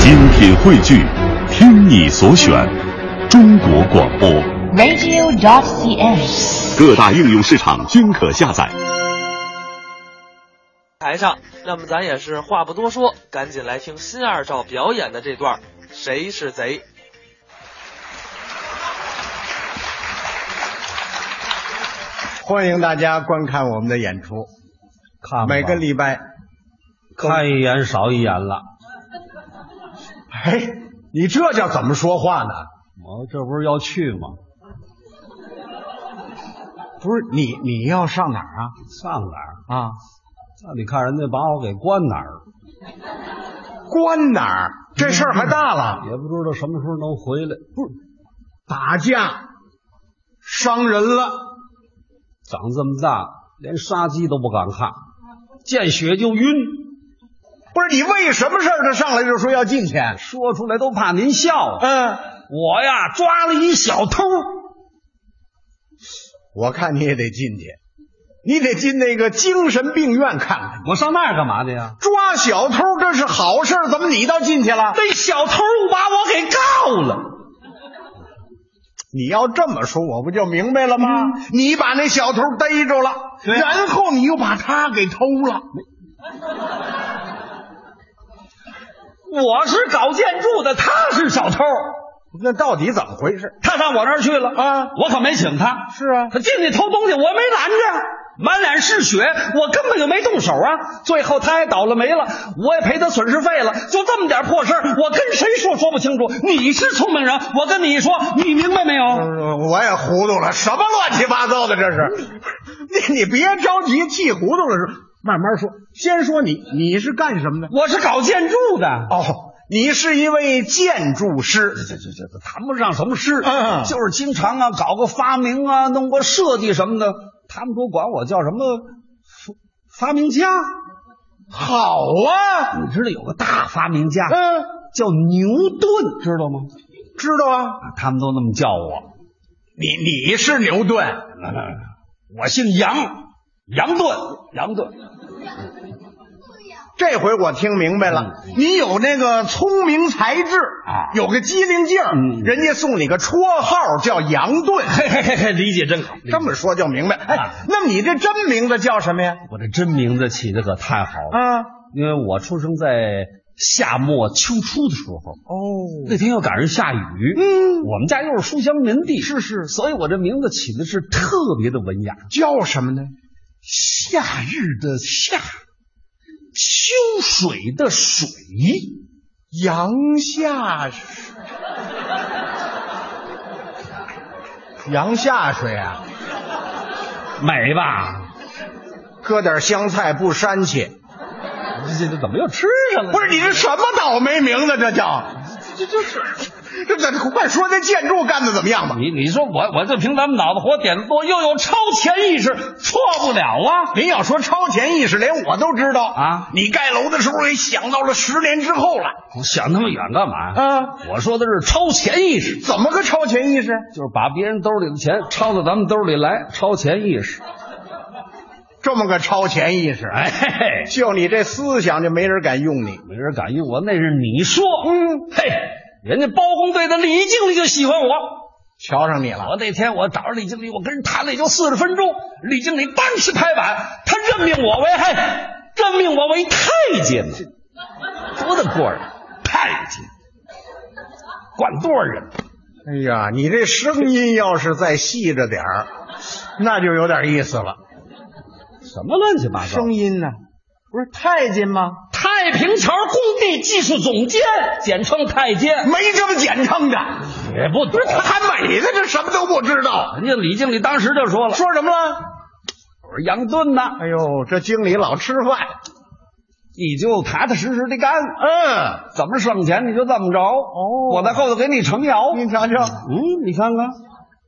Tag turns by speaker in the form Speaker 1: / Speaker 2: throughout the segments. Speaker 1: 精品汇聚，听你所选，中国广播。
Speaker 2: radio.cn。
Speaker 1: 各大应用市场均可下载。
Speaker 3: 台上，那么咱也是话不多说，赶紧来听新二照表演的这段儿《谁是贼》。
Speaker 4: 欢迎大家观看我们的演出，
Speaker 5: 看吧
Speaker 4: 每个礼拜
Speaker 5: 看一眼少一眼了。
Speaker 4: 哎，你这叫怎么说话呢？
Speaker 5: 我这不是要去吗？
Speaker 4: 不是你，你要上哪儿啊？
Speaker 5: 上哪儿？
Speaker 4: 啊，
Speaker 5: 那你看人家把我给关哪儿，
Speaker 4: 关哪儿？这事儿还大了，
Speaker 5: 也不知道什么时候能回来。不是
Speaker 4: 打架伤人了，
Speaker 5: 长这么大，连杀鸡都不敢看，见血就晕，
Speaker 4: 不是你为什么事儿？他上来就说要进去，
Speaker 5: 说出来都怕您笑。啊
Speaker 4: 嗯，
Speaker 5: 我呀，抓了一小偷，
Speaker 4: 我看你也得进去，你得进那个精神病院看看。
Speaker 5: 我上那儿干嘛去呀？
Speaker 4: 抓小偷这是好事儿，怎么你倒进去了？
Speaker 5: 那小偷把我给告了，
Speaker 4: 你要这么说，我不就明白了吗？你把那小偷逮着了，
Speaker 5: 嗯对
Speaker 4: 然后你又把他给偷了。
Speaker 5: 我是搞建筑的，他是小偷，
Speaker 4: 那到底怎么回事？
Speaker 5: 他上我那儿去了
Speaker 4: 啊
Speaker 5: 我可没请他，
Speaker 4: 是啊，
Speaker 5: 他进去偷东西，我没拦着，满脸是血，我根本就没动手啊。最后他也倒了霉了，我也赔他损失费了，就这么点破事儿，我跟谁说说不清楚。你是聪明人，我跟你说，你明白没
Speaker 4: 嗯
Speaker 5: 有？
Speaker 4: 我也糊涂了，什么乱七八糟的这 是？你你别着急，气糊涂了是，慢慢说。先说你，你是干什么的？
Speaker 5: 我是搞建筑的，
Speaker 4: 哦，你是一位建筑师。
Speaker 5: 这这这谈不上什么事，
Speaker 4: 嗯
Speaker 5: 就是经常啊搞个发明啊，弄个设计什么的，他们都管我叫什么发发明家。
Speaker 4: 好啊，
Speaker 5: 你知道有个大发明家
Speaker 4: 嗯，
Speaker 5: 叫牛顿，知道吗？
Speaker 4: 知道啊。
Speaker 5: 啊他们都那么叫我。
Speaker 4: 你你是牛顿，
Speaker 5: 我姓杨，杨顿，杨顿。
Speaker 4: 这回我听明白了，你有那个聪明才智
Speaker 5: 嗯啊
Speaker 4: 有个机灵劲儿，
Speaker 5: 嗯
Speaker 4: 人家送你个绰号叫杨顿。
Speaker 5: 嘿嘿嘿嘿，理解真好。
Speaker 4: 这么说就明白。
Speaker 5: 啊
Speaker 4: 哎，那么你这真名字叫什么呀？
Speaker 5: 我这真名字起的可太好了，
Speaker 4: 啊，
Speaker 5: 因为我出生在夏末秋初的时候，
Speaker 4: 哦，
Speaker 5: 那天又赶上下雨。
Speaker 4: 嗯
Speaker 5: 我们家又是书香门第，
Speaker 4: 是是
Speaker 5: 所以我这名字起的是特别的文雅。
Speaker 4: 叫什么呢？
Speaker 5: 夏日的夏，秋水的水，
Speaker 4: 杨下水。杨下水啊，
Speaker 5: 美吧？
Speaker 4: 搁点香菜不膻气。
Speaker 5: 这这这怎么又吃上了？
Speaker 4: 不是你这什么倒霉名字？这叫这这是这这快说这建筑干的怎么样吧？
Speaker 5: 你你说我我就凭咱们脑子活点子多，又有超前意识，错不了啊！
Speaker 4: 您要说超前意识，连我都知道
Speaker 5: 啊
Speaker 4: 你盖楼的时候也想到了十年之后了
Speaker 5: 我想那么远干嘛？
Speaker 4: 啊？
Speaker 5: 我说的是超前意识，
Speaker 4: 怎么个超前意识？
Speaker 5: 就是把别人兜里的钱抄到咱们兜里来，超前意识。
Speaker 4: 这么个超前意识，
Speaker 5: 哎，嘿嘿，
Speaker 4: 就你这思想，就没人敢用你。
Speaker 5: 没人敢用我，那是你说。嗯，嘿，人家包工队的李经理就喜欢我。
Speaker 4: 瞧上你了，
Speaker 5: 我那天我找着李经理，我跟人谈了也就四十分钟，李经理当时拍板，他任命我为嘿，任命我为太监呢，多大官儿，太监，管多少人？
Speaker 4: 哎呀，你这声音要是再细着点儿，那就有点意思了。
Speaker 5: 什么乱七八糟？
Speaker 4: 音呢？不是太监吗？
Speaker 5: 太平桥工地技术总监，简称太监，
Speaker 4: 没这么简称的，
Speaker 5: 也不
Speaker 4: 不
Speaker 5: 懂
Speaker 4: 是。他还美呢，这什么都不知道。
Speaker 5: 人家李经理当时就说了
Speaker 4: 说什么了？：“
Speaker 5: 我说杨顿呐，
Speaker 4: 哎呦，这经理老吃饭。
Speaker 5: 你就踏踏实实的干，
Speaker 4: 嗯，
Speaker 5: 怎么省钱你就怎么着。哦我在后头给你撑腰。
Speaker 4: 您瞧瞧，
Speaker 5: 嗯，你看看，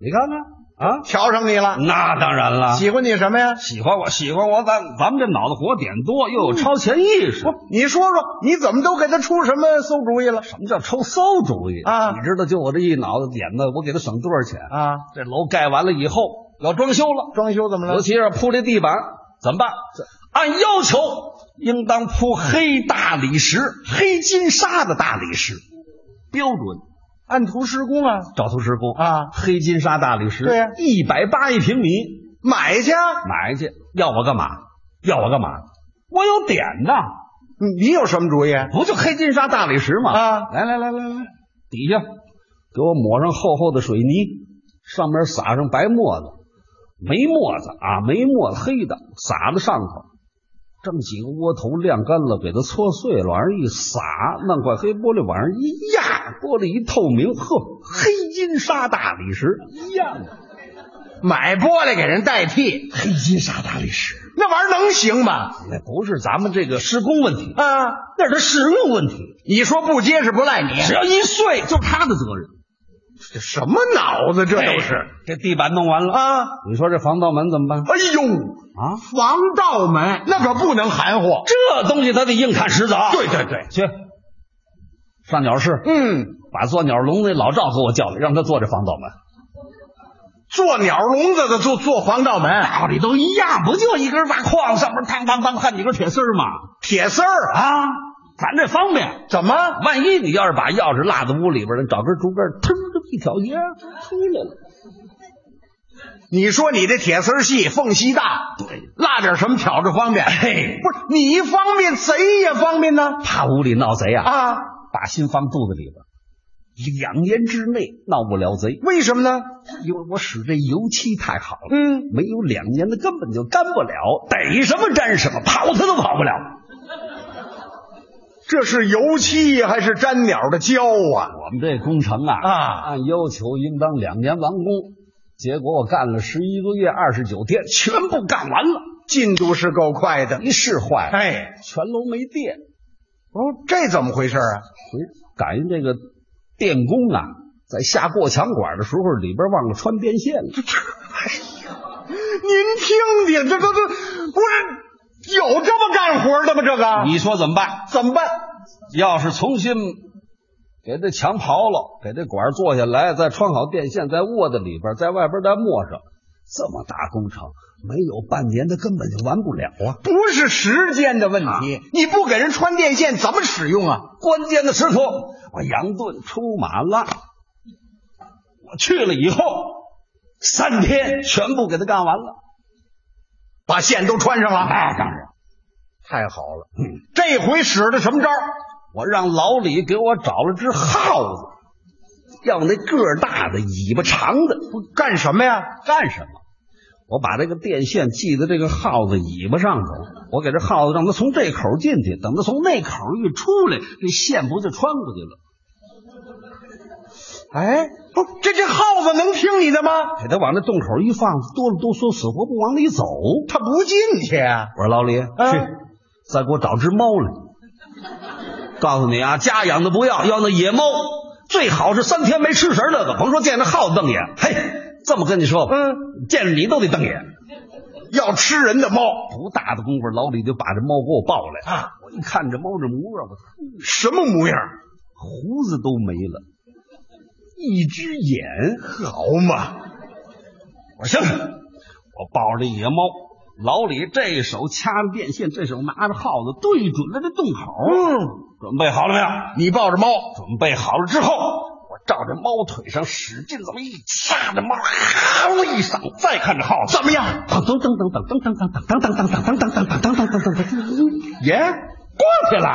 Speaker 5: 你看看啊，
Speaker 4: 瞧上你了，
Speaker 5: 那当然了，
Speaker 4: 喜欢你什么呀？
Speaker 5: 喜欢我，喜欢我，咱咱们这脑子活点多，又有超前意识。
Speaker 4: 你说说，你怎么都给他出什么馊主意了？
Speaker 5: 什么叫抽馊主意
Speaker 4: 啊
Speaker 5: 你知道，就我这一脑子点子，我给他省多少钱？
Speaker 4: 啊，
Speaker 5: 这楼盖完了以后要装修了。”
Speaker 4: 装修怎么
Speaker 5: 尤
Speaker 4: 了？
Speaker 5: 其是铺这地板怎么办？按要求应当铺黑大理石，黑金沙的大理石，标准。按图施工啊，找图施工
Speaker 4: 啊
Speaker 5: 黑金沙大理石，
Speaker 4: 对呀
Speaker 5: 一百八一平米，
Speaker 4: 买去啊，
Speaker 5: 买去，要我干嘛？要我干嘛？我有点呐，
Speaker 4: 你你有什么主意？
Speaker 5: 不就黑金沙大理石吗？
Speaker 4: 啊
Speaker 5: 来来来来来，底下给我抹上厚厚的水泥，上面撒上白沫子，没沫子啊，没沫子黑的，撒在上头。这么几个窝头晾干了，给它搓碎了，往上一撒，弄块黑玻璃往上一压，玻璃一透明，呵，黑金沙大理石一样的
Speaker 4: 买玻璃给人代替，
Speaker 5: 黑金沙大理石，
Speaker 4: 那玩意儿能行吗？
Speaker 5: 那不是咱们这个施工问题，
Speaker 4: 啊，
Speaker 5: 那是它使用问题，
Speaker 4: 你说不结实不赖你，
Speaker 5: 只要一碎就是他的责任。哎
Speaker 4: 这什么脑子这都是
Speaker 5: 这地板弄完了，
Speaker 4: 啊！
Speaker 5: 你说这防盗门怎么办
Speaker 4: 哎呦，
Speaker 5: 啊？
Speaker 4: 防盗门那可不能含糊。
Speaker 5: 这东西它得硬看实凿。
Speaker 4: 对对对，
Speaker 5: 啊去上鸟市，
Speaker 4: 嗯，
Speaker 5: 把做鸟笼那老赵给我叫来，让他做这防盗门。
Speaker 4: 做鸟笼子的做做防盗门，
Speaker 5: 道理都一样，不就一根挖矿，上面当当当焊几根铁丝儿吗？
Speaker 4: 铁丝儿
Speaker 5: 啊，咱这方便。
Speaker 4: 怎么？
Speaker 5: 万一你要是把钥匙落在屋里边了，找根竹竿，腾这一挑烟出来了。
Speaker 4: 你说你这铁丝儿细，缝隙大，
Speaker 5: 对，
Speaker 4: 落点什么挑着方便？
Speaker 5: 嘿
Speaker 4: 不是你方便，贼也方便呢
Speaker 5: 怕屋里闹贼啊，
Speaker 4: 啊？
Speaker 5: 把心放肚子里边。两年之内闹不了贼，
Speaker 4: 为什么呢？
Speaker 5: 因为我使这油漆太好了。
Speaker 4: 嗯，
Speaker 5: 没有两年的根本就干不了，逮什么粘什么，跑他都跑不
Speaker 4: 啊
Speaker 5: 了。
Speaker 4: 这是油漆还是粘鸟的胶啊？
Speaker 5: 我们这工程啊，
Speaker 4: 啊
Speaker 5: 按要求应当两年完工，结果我干了十一个月二十九天，全部干完了，
Speaker 4: 进度是够快的。
Speaker 5: 一是坏了，
Speaker 4: 哎，
Speaker 5: 全楼没电。
Speaker 4: 哦，这怎么回事啊？
Speaker 5: 回赶上这个电工啊，在下过墙管的时候，里边忘了穿电线了。
Speaker 4: 哎您听听，这这这不是有这么干活的吗？这个
Speaker 5: 你说怎么办？
Speaker 4: 怎么办？
Speaker 5: 要是重新给这墙刨了，给这管儿做下来，再穿好电线，再卧在里边儿，在外边儿再抹上，这么大工程，没有半年它根本就完不了啊！
Speaker 4: 不是时间的问题，你不给人穿电线怎么使用啊？
Speaker 5: 关键的时刻，我杨顿出马了，我去了以后，三天全部给他干完了。
Speaker 4: 把线都穿上了。
Speaker 5: 那当然，
Speaker 4: 太好了。这回使的什么招？
Speaker 5: 我让老李给我找了只耗子，要那个儿大的，尾巴长的，
Speaker 4: 干什么呀？
Speaker 5: 干什么？我把这个电线系在这个耗子尾巴上头，我给这耗子让它从这口进去，等它从那口一出来，这线不就穿过去了？
Speaker 4: 哎，不，这这耗子能听你的吗？
Speaker 5: 给它往那洞口一放，哆了哆嗦，死活不往里走。
Speaker 4: 它不进去啊。
Speaker 5: 我说老李，去，再给我找只猫来。告诉你啊，家养的不要，要那野猫，最好是三天没吃食儿那个，甭说见着耗子瞪眼。嘿，这么跟你说吧，
Speaker 4: 嗯，
Speaker 5: 见着你都得瞪眼。
Speaker 4: 要吃人的猫，
Speaker 5: 不大的功夫，老李就把这猫给我抱来
Speaker 4: 啊！
Speaker 5: 我一看这猫这模样，我
Speaker 4: 什么模样？
Speaker 5: 胡子都没了，一只眼。
Speaker 4: 好嘛，
Speaker 5: 我说行，我抱着这野猫，老李这手掐着电线，这手拿着耗子，对准了这洞口。嗯，准备好了没有？
Speaker 4: 你抱着猫，
Speaker 5: 准备好了之后，我照着猫腿上使劲这么一掐，这猫嗷一声，再看这耗子，
Speaker 4: 怎么样？
Speaker 5: 噔噔噔噔噔噔噔噔噔噔噔噔噔噔噔噔噔噔噔，
Speaker 4: 耶，
Speaker 5: 过去了。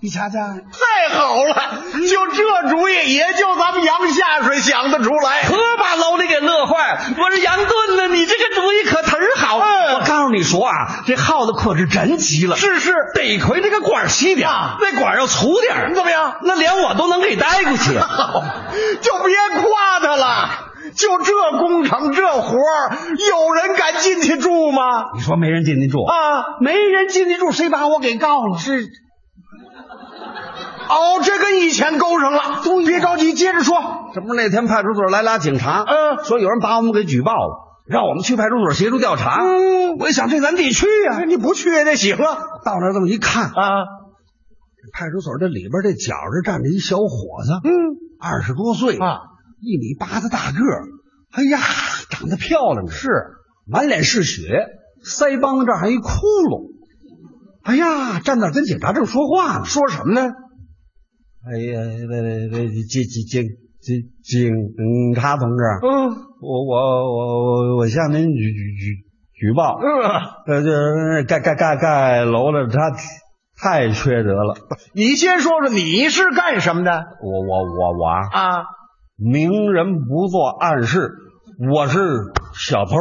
Speaker 4: 你瞧瞧，太好了，就这主意，也就咱们杨下水想得出来。
Speaker 5: 可把老李给乐坏了。我说杨盾呢，你这个主意可忒儿好。我告诉你说啊，这耗子可是真急了。
Speaker 4: 哎是是，
Speaker 5: 得亏那个管儿细点儿，
Speaker 4: 啊
Speaker 5: 那管儿要粗点儿
Speaker 4: 怎么样？
Speaker 5: 那连我都能给带过去。
Speaker 4: 就别夸他了。就这工程这活儿，有人敢进去住吗？
Speaker 5: 你说没人进得住？
Speaker 4: 啊，
Speaker 5: 没人进得住，谁把我给告了？是
Speaker 4: 哦，这跟以前勾上了。别着急，接着说。
Speaker 5: 哎这不是那天派出所来俩警察，
Speaker 4: 嗯
Speaker 5: 说有人把我们给举报了，让我们去派出所协助调查。
Speaker 4: 嗯，哎
Speaker 5: 我一想，这咱得去呀、
Speaker 4: 你不去也得行啊。
Speaker 5: 到那儿这么一看，
Speaker 4: 啊，
Speaker 5: 派出所这里边这角儿这站着一小伙子，
Speaker 4: 嗯
Speaker 5: 二十多岁
Speaker 4: 啊，
Speaker 5: 一米八的大个儿，哎呀，长得漂亮着，是满脸是血，腮帮子这儿还一窟窿，
Speaker 4: 哎呀，站那儿跟警察正说话呢，说什么呢？
Speaker 5: 哎呀，那那那警警警警警察同志，
Speaker 4: 嗯
Speaker 5: 我我我我我向您举举举举报，
Speaker 4: 嗯，
Speaker 5: 呃，这盖盖盖盖楼的他太缺德了，
Speaker 4: 你先说说你是干什么的
Speaker 5: 我我我我啊，
Speaker 4: 啊？
Speaker 5: 明人不做暗事，我是小偷，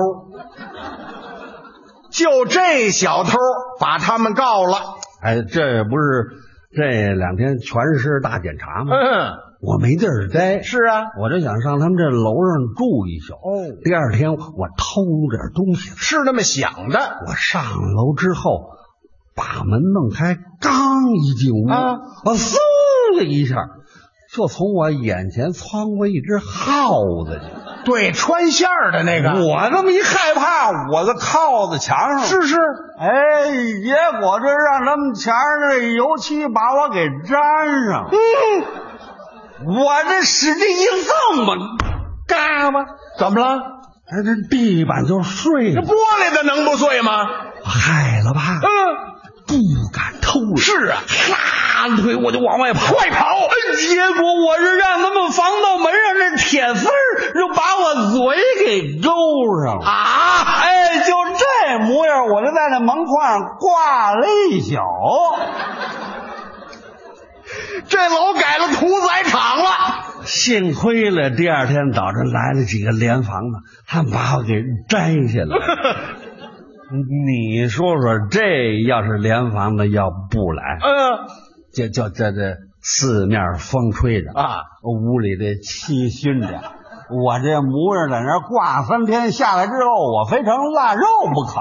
Speaker 4: 就这小偷把他们告了。
Speaker 5: 哎，这不是这两天全市大检查吗？
Speaker 4: 嗯，
Speaker 5: 我没地儿待，
Speaker 4: 是啊，
Speaker 5: 我就想上他们这楼上住一宿。
Speaker 4: 哦
Speaker 5: 第二天我偷点东西，
Speaker 4: 是那么想的。
Speaker 5: 我上楼之后把门弄开，刚一进屋，
Speaker 4: 啊
Speaker 5: 我嗖的一下就从我眼前窜过一只耗子去。
Speaker 4: 对，穿线儿的那个，
Speaker 5: 我这么一害怕，我这靠在墙上了
Speaker 4: 是是，
Speaker 5: 哎，结果这让他们墙上那油漆把我给粘上了。我这使劲一蹭吧，嘎巴，
Speaker 4: 怎么了？
Speaker 5: 哎，这地板就碎
Speaker 4: 这
Speaker 5: 了
Speaker 4: 玻，璃的能不碎吗？
Speaker 5: 害了吧？
Speaker 4: 嗯，
Speaker 5: 不敢偷了。
Speaker 4: 是啊，
Speaker 5: 撒腿我就往外跑，
Speaker 4: 快跑！哎
Speaker 5: 结果我是让他们防盗门上那铁丝儿就把我嘴给勾上了。
Speaker 4: 啊！
Speaker 5: 哎，就这模样，我就在那门框上挂了一 宿。
Speaker 4: 这楼改了屠宰场了。
Speaker 5: 幸亏了，第二天早晨来了几个联防的，他们把我给摘下来了。你说说，这要是联防的要不来，
Speaker 4: 嗯
Speaker 5: 就就这这四面风吹着，
Speaker 4: 啊，
Speaker 5: 屋里这气熏着，我这模样在那儿挂三天下来之后，我非成腊肉不可。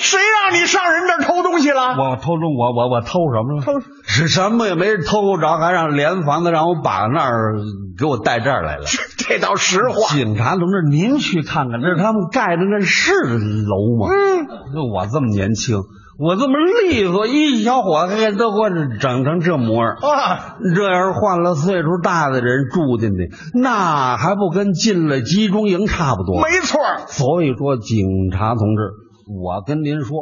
Speaker 4: 谁让你上人这儿偷东西了？
Speaker 5: 我偷中我我我偷什么了？偷是什么也没偷着，还让联防的让我把那儿给我带这儿来了。
Speaker 4: 这倒实话。
Speaker 5: 警察同志，您去看看，这是他们盖的那是楼吗？嗯，就我这么年轻，我这么利索，一小伙子给都给我整成这模样。
Speaker 4: 啊，
Speaker 5: 这要是换了岁数大的人住进去，那还不跟进了集中营差不多？
Speaker 4: 没错儿，
Speaker 5: 所以说，警察同志，我跟您说，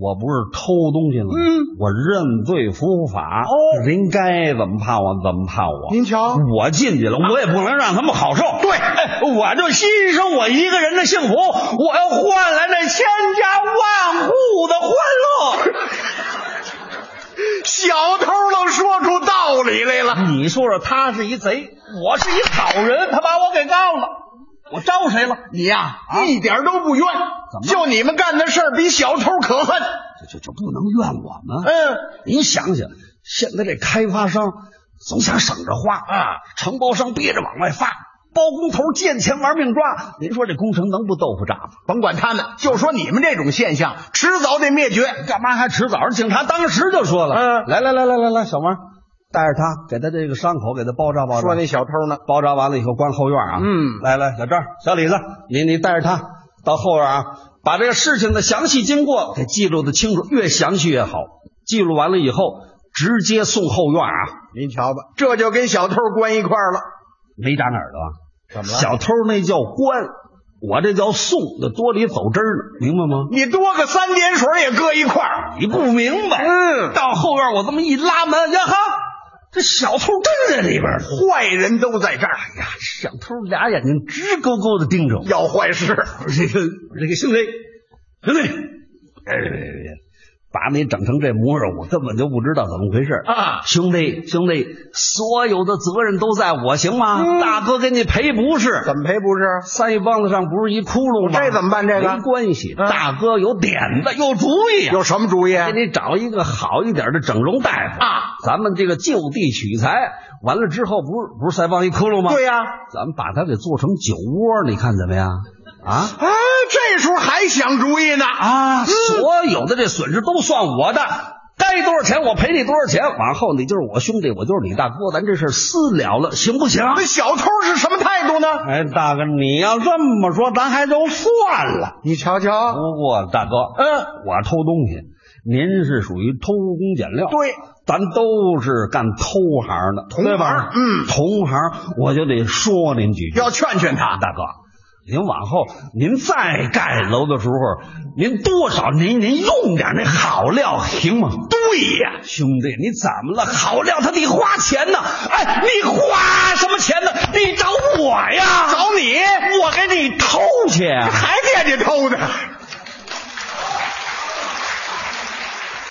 Speaker 5: 我不是偷东西了，嗯，我认罪伏法，
Speaker 4: 哦
Speaker 5: 您该怎么判我怎么判我。
Speaker 4: 您瞧
Speaker 5: 我进去了，我也不能让他们好受。
Speaker 4: 对
Speaker 5: 哎，我就牺牲我一个人的幸福，我要换来那千家万户的欢乐。
Speaker 4: 小偷都说出道理来了。
Speaker 5: 你说说，他是一贼，我是一好人，他把我给告了，我招谁了？啊
Speaker 4: 你呀、一点都不冤。
Speaker 5: 么
Speaker 4: 就你们干的事儿比小偷可恨。
Speaker 5: 这这这不能怨我们。
Speaker 4: 嗯，
Speaker 5: 哎你想想，现在这开发商总想省着花啊，承包商憋着往外发，包工头见钱玩命抓，您说这工程能不豆腐渣吗？
Speaker 4: 甭管他们，就说你们这种现象，迟早得灭绝。
Speaker 5: 干嘛还迟早？警察当时就说了，
Speaker 4: 嗯
Speaker 5: 来来来来来来，小王，带着他，给他这个伤口给他包扎包扎。
Speaker 4: 说那小偷呢？
Speaker 5: 包扎完了以后关后院啊。
Speaker 4: 嗯
Speaker 5: 来来，小张、小李子，你你带着他到后院啊，把这个事情的详细经过给记录的清楚，越详细越好。记录完了以后，直接送后院啊，
Speaker 4: 您瞧吧，这就跟小偷关一块儿了。
Speaker 5: 没长耳朵啊。
Speaker 4: 怎
Speaker 5: 小偷那叫关，我这叫送，这多里走针儿呢，明白吗？
Speaker 4: 你多个三点水也搁一块儿。
Speaker 5: 你不明白？
Speaker 4: 嗯
Speaker 5: 到后院我这么一拉门，呀哈，这小偷真在里边儿。
Speaker 4: 坏人都在这儿，
Speaker 5: 哎呀，小偷俩眼睛直勾勾的盯着我。
Speaker 4: 要坏事。
Speaker 5: 我这个我这个兄弟，兄弟，哎别别别，把你整成这模样，我根本就不知道怎么回事
Speaker 4: 啊
Speaker 5: 兄弟，兄弟，所有的责任都在我，行吗？大哥给你赔不是。
Speaker 4: 嗯怎么赔不是？
Speaker 5: 腮帮子上不是一窟窿吗？
Speaker 4: 这怎么办这个
Speaker 5: 没关系，
Speaker 4: 嗯
Speaker 5: 大哥有点子，有主意、啊，
Speaker 4: 有什么主意？
Speaker 5: 给你找一个好一点的整容大夫
Speaker 4: 啊！
Speaker 5: 咱们这个就地取材，完了之后不是不是腮帮一窟窿吗？
Speaker 4: 对呀、啊
Speaker 5: 咱们把它给做成酒窝，你看怎么样？啊
Speaker 4: 哎，这时候还想主意呢啊！
Speaker 5: 啊！所有的这损失都算我的，该多少钱我赔你多少钱。往后你就是我兄弟，我就是你大哥，咱这事儿私了了，行不行？
Speaker 4: 那小偷是什么态度呢？
Speaker 5: 哎，大哥，你要这么说，咱还就算了。
Speaker 4: 你瞧瞧，
Speaker 5: 不过大哥，
Speaker 4: 嗯，
Speaker 5: 我偷东西，您是属于偷工减料。
Speaker 4: 对，
Speaker 5: 咱都是干偷行的，
Speaker 4: 同行
Speaker 5: 对吧？
Speaker 4: 嗯
Speaker 5: 同行，我就得说您几句。
Speaker 4: 要劝劝他。
Speaker 5: 大哥，您往后您再盖楼的时候，您多少您您用点那好料行吗？对呀、兄弟，你怎么了？好料他得花钱呢。哎，你花什么钱呢？你找我呀？
Speaker 4: 找你
Speaker 5: 我给你偷去。啊
Speaker 4: 还惦记偷的，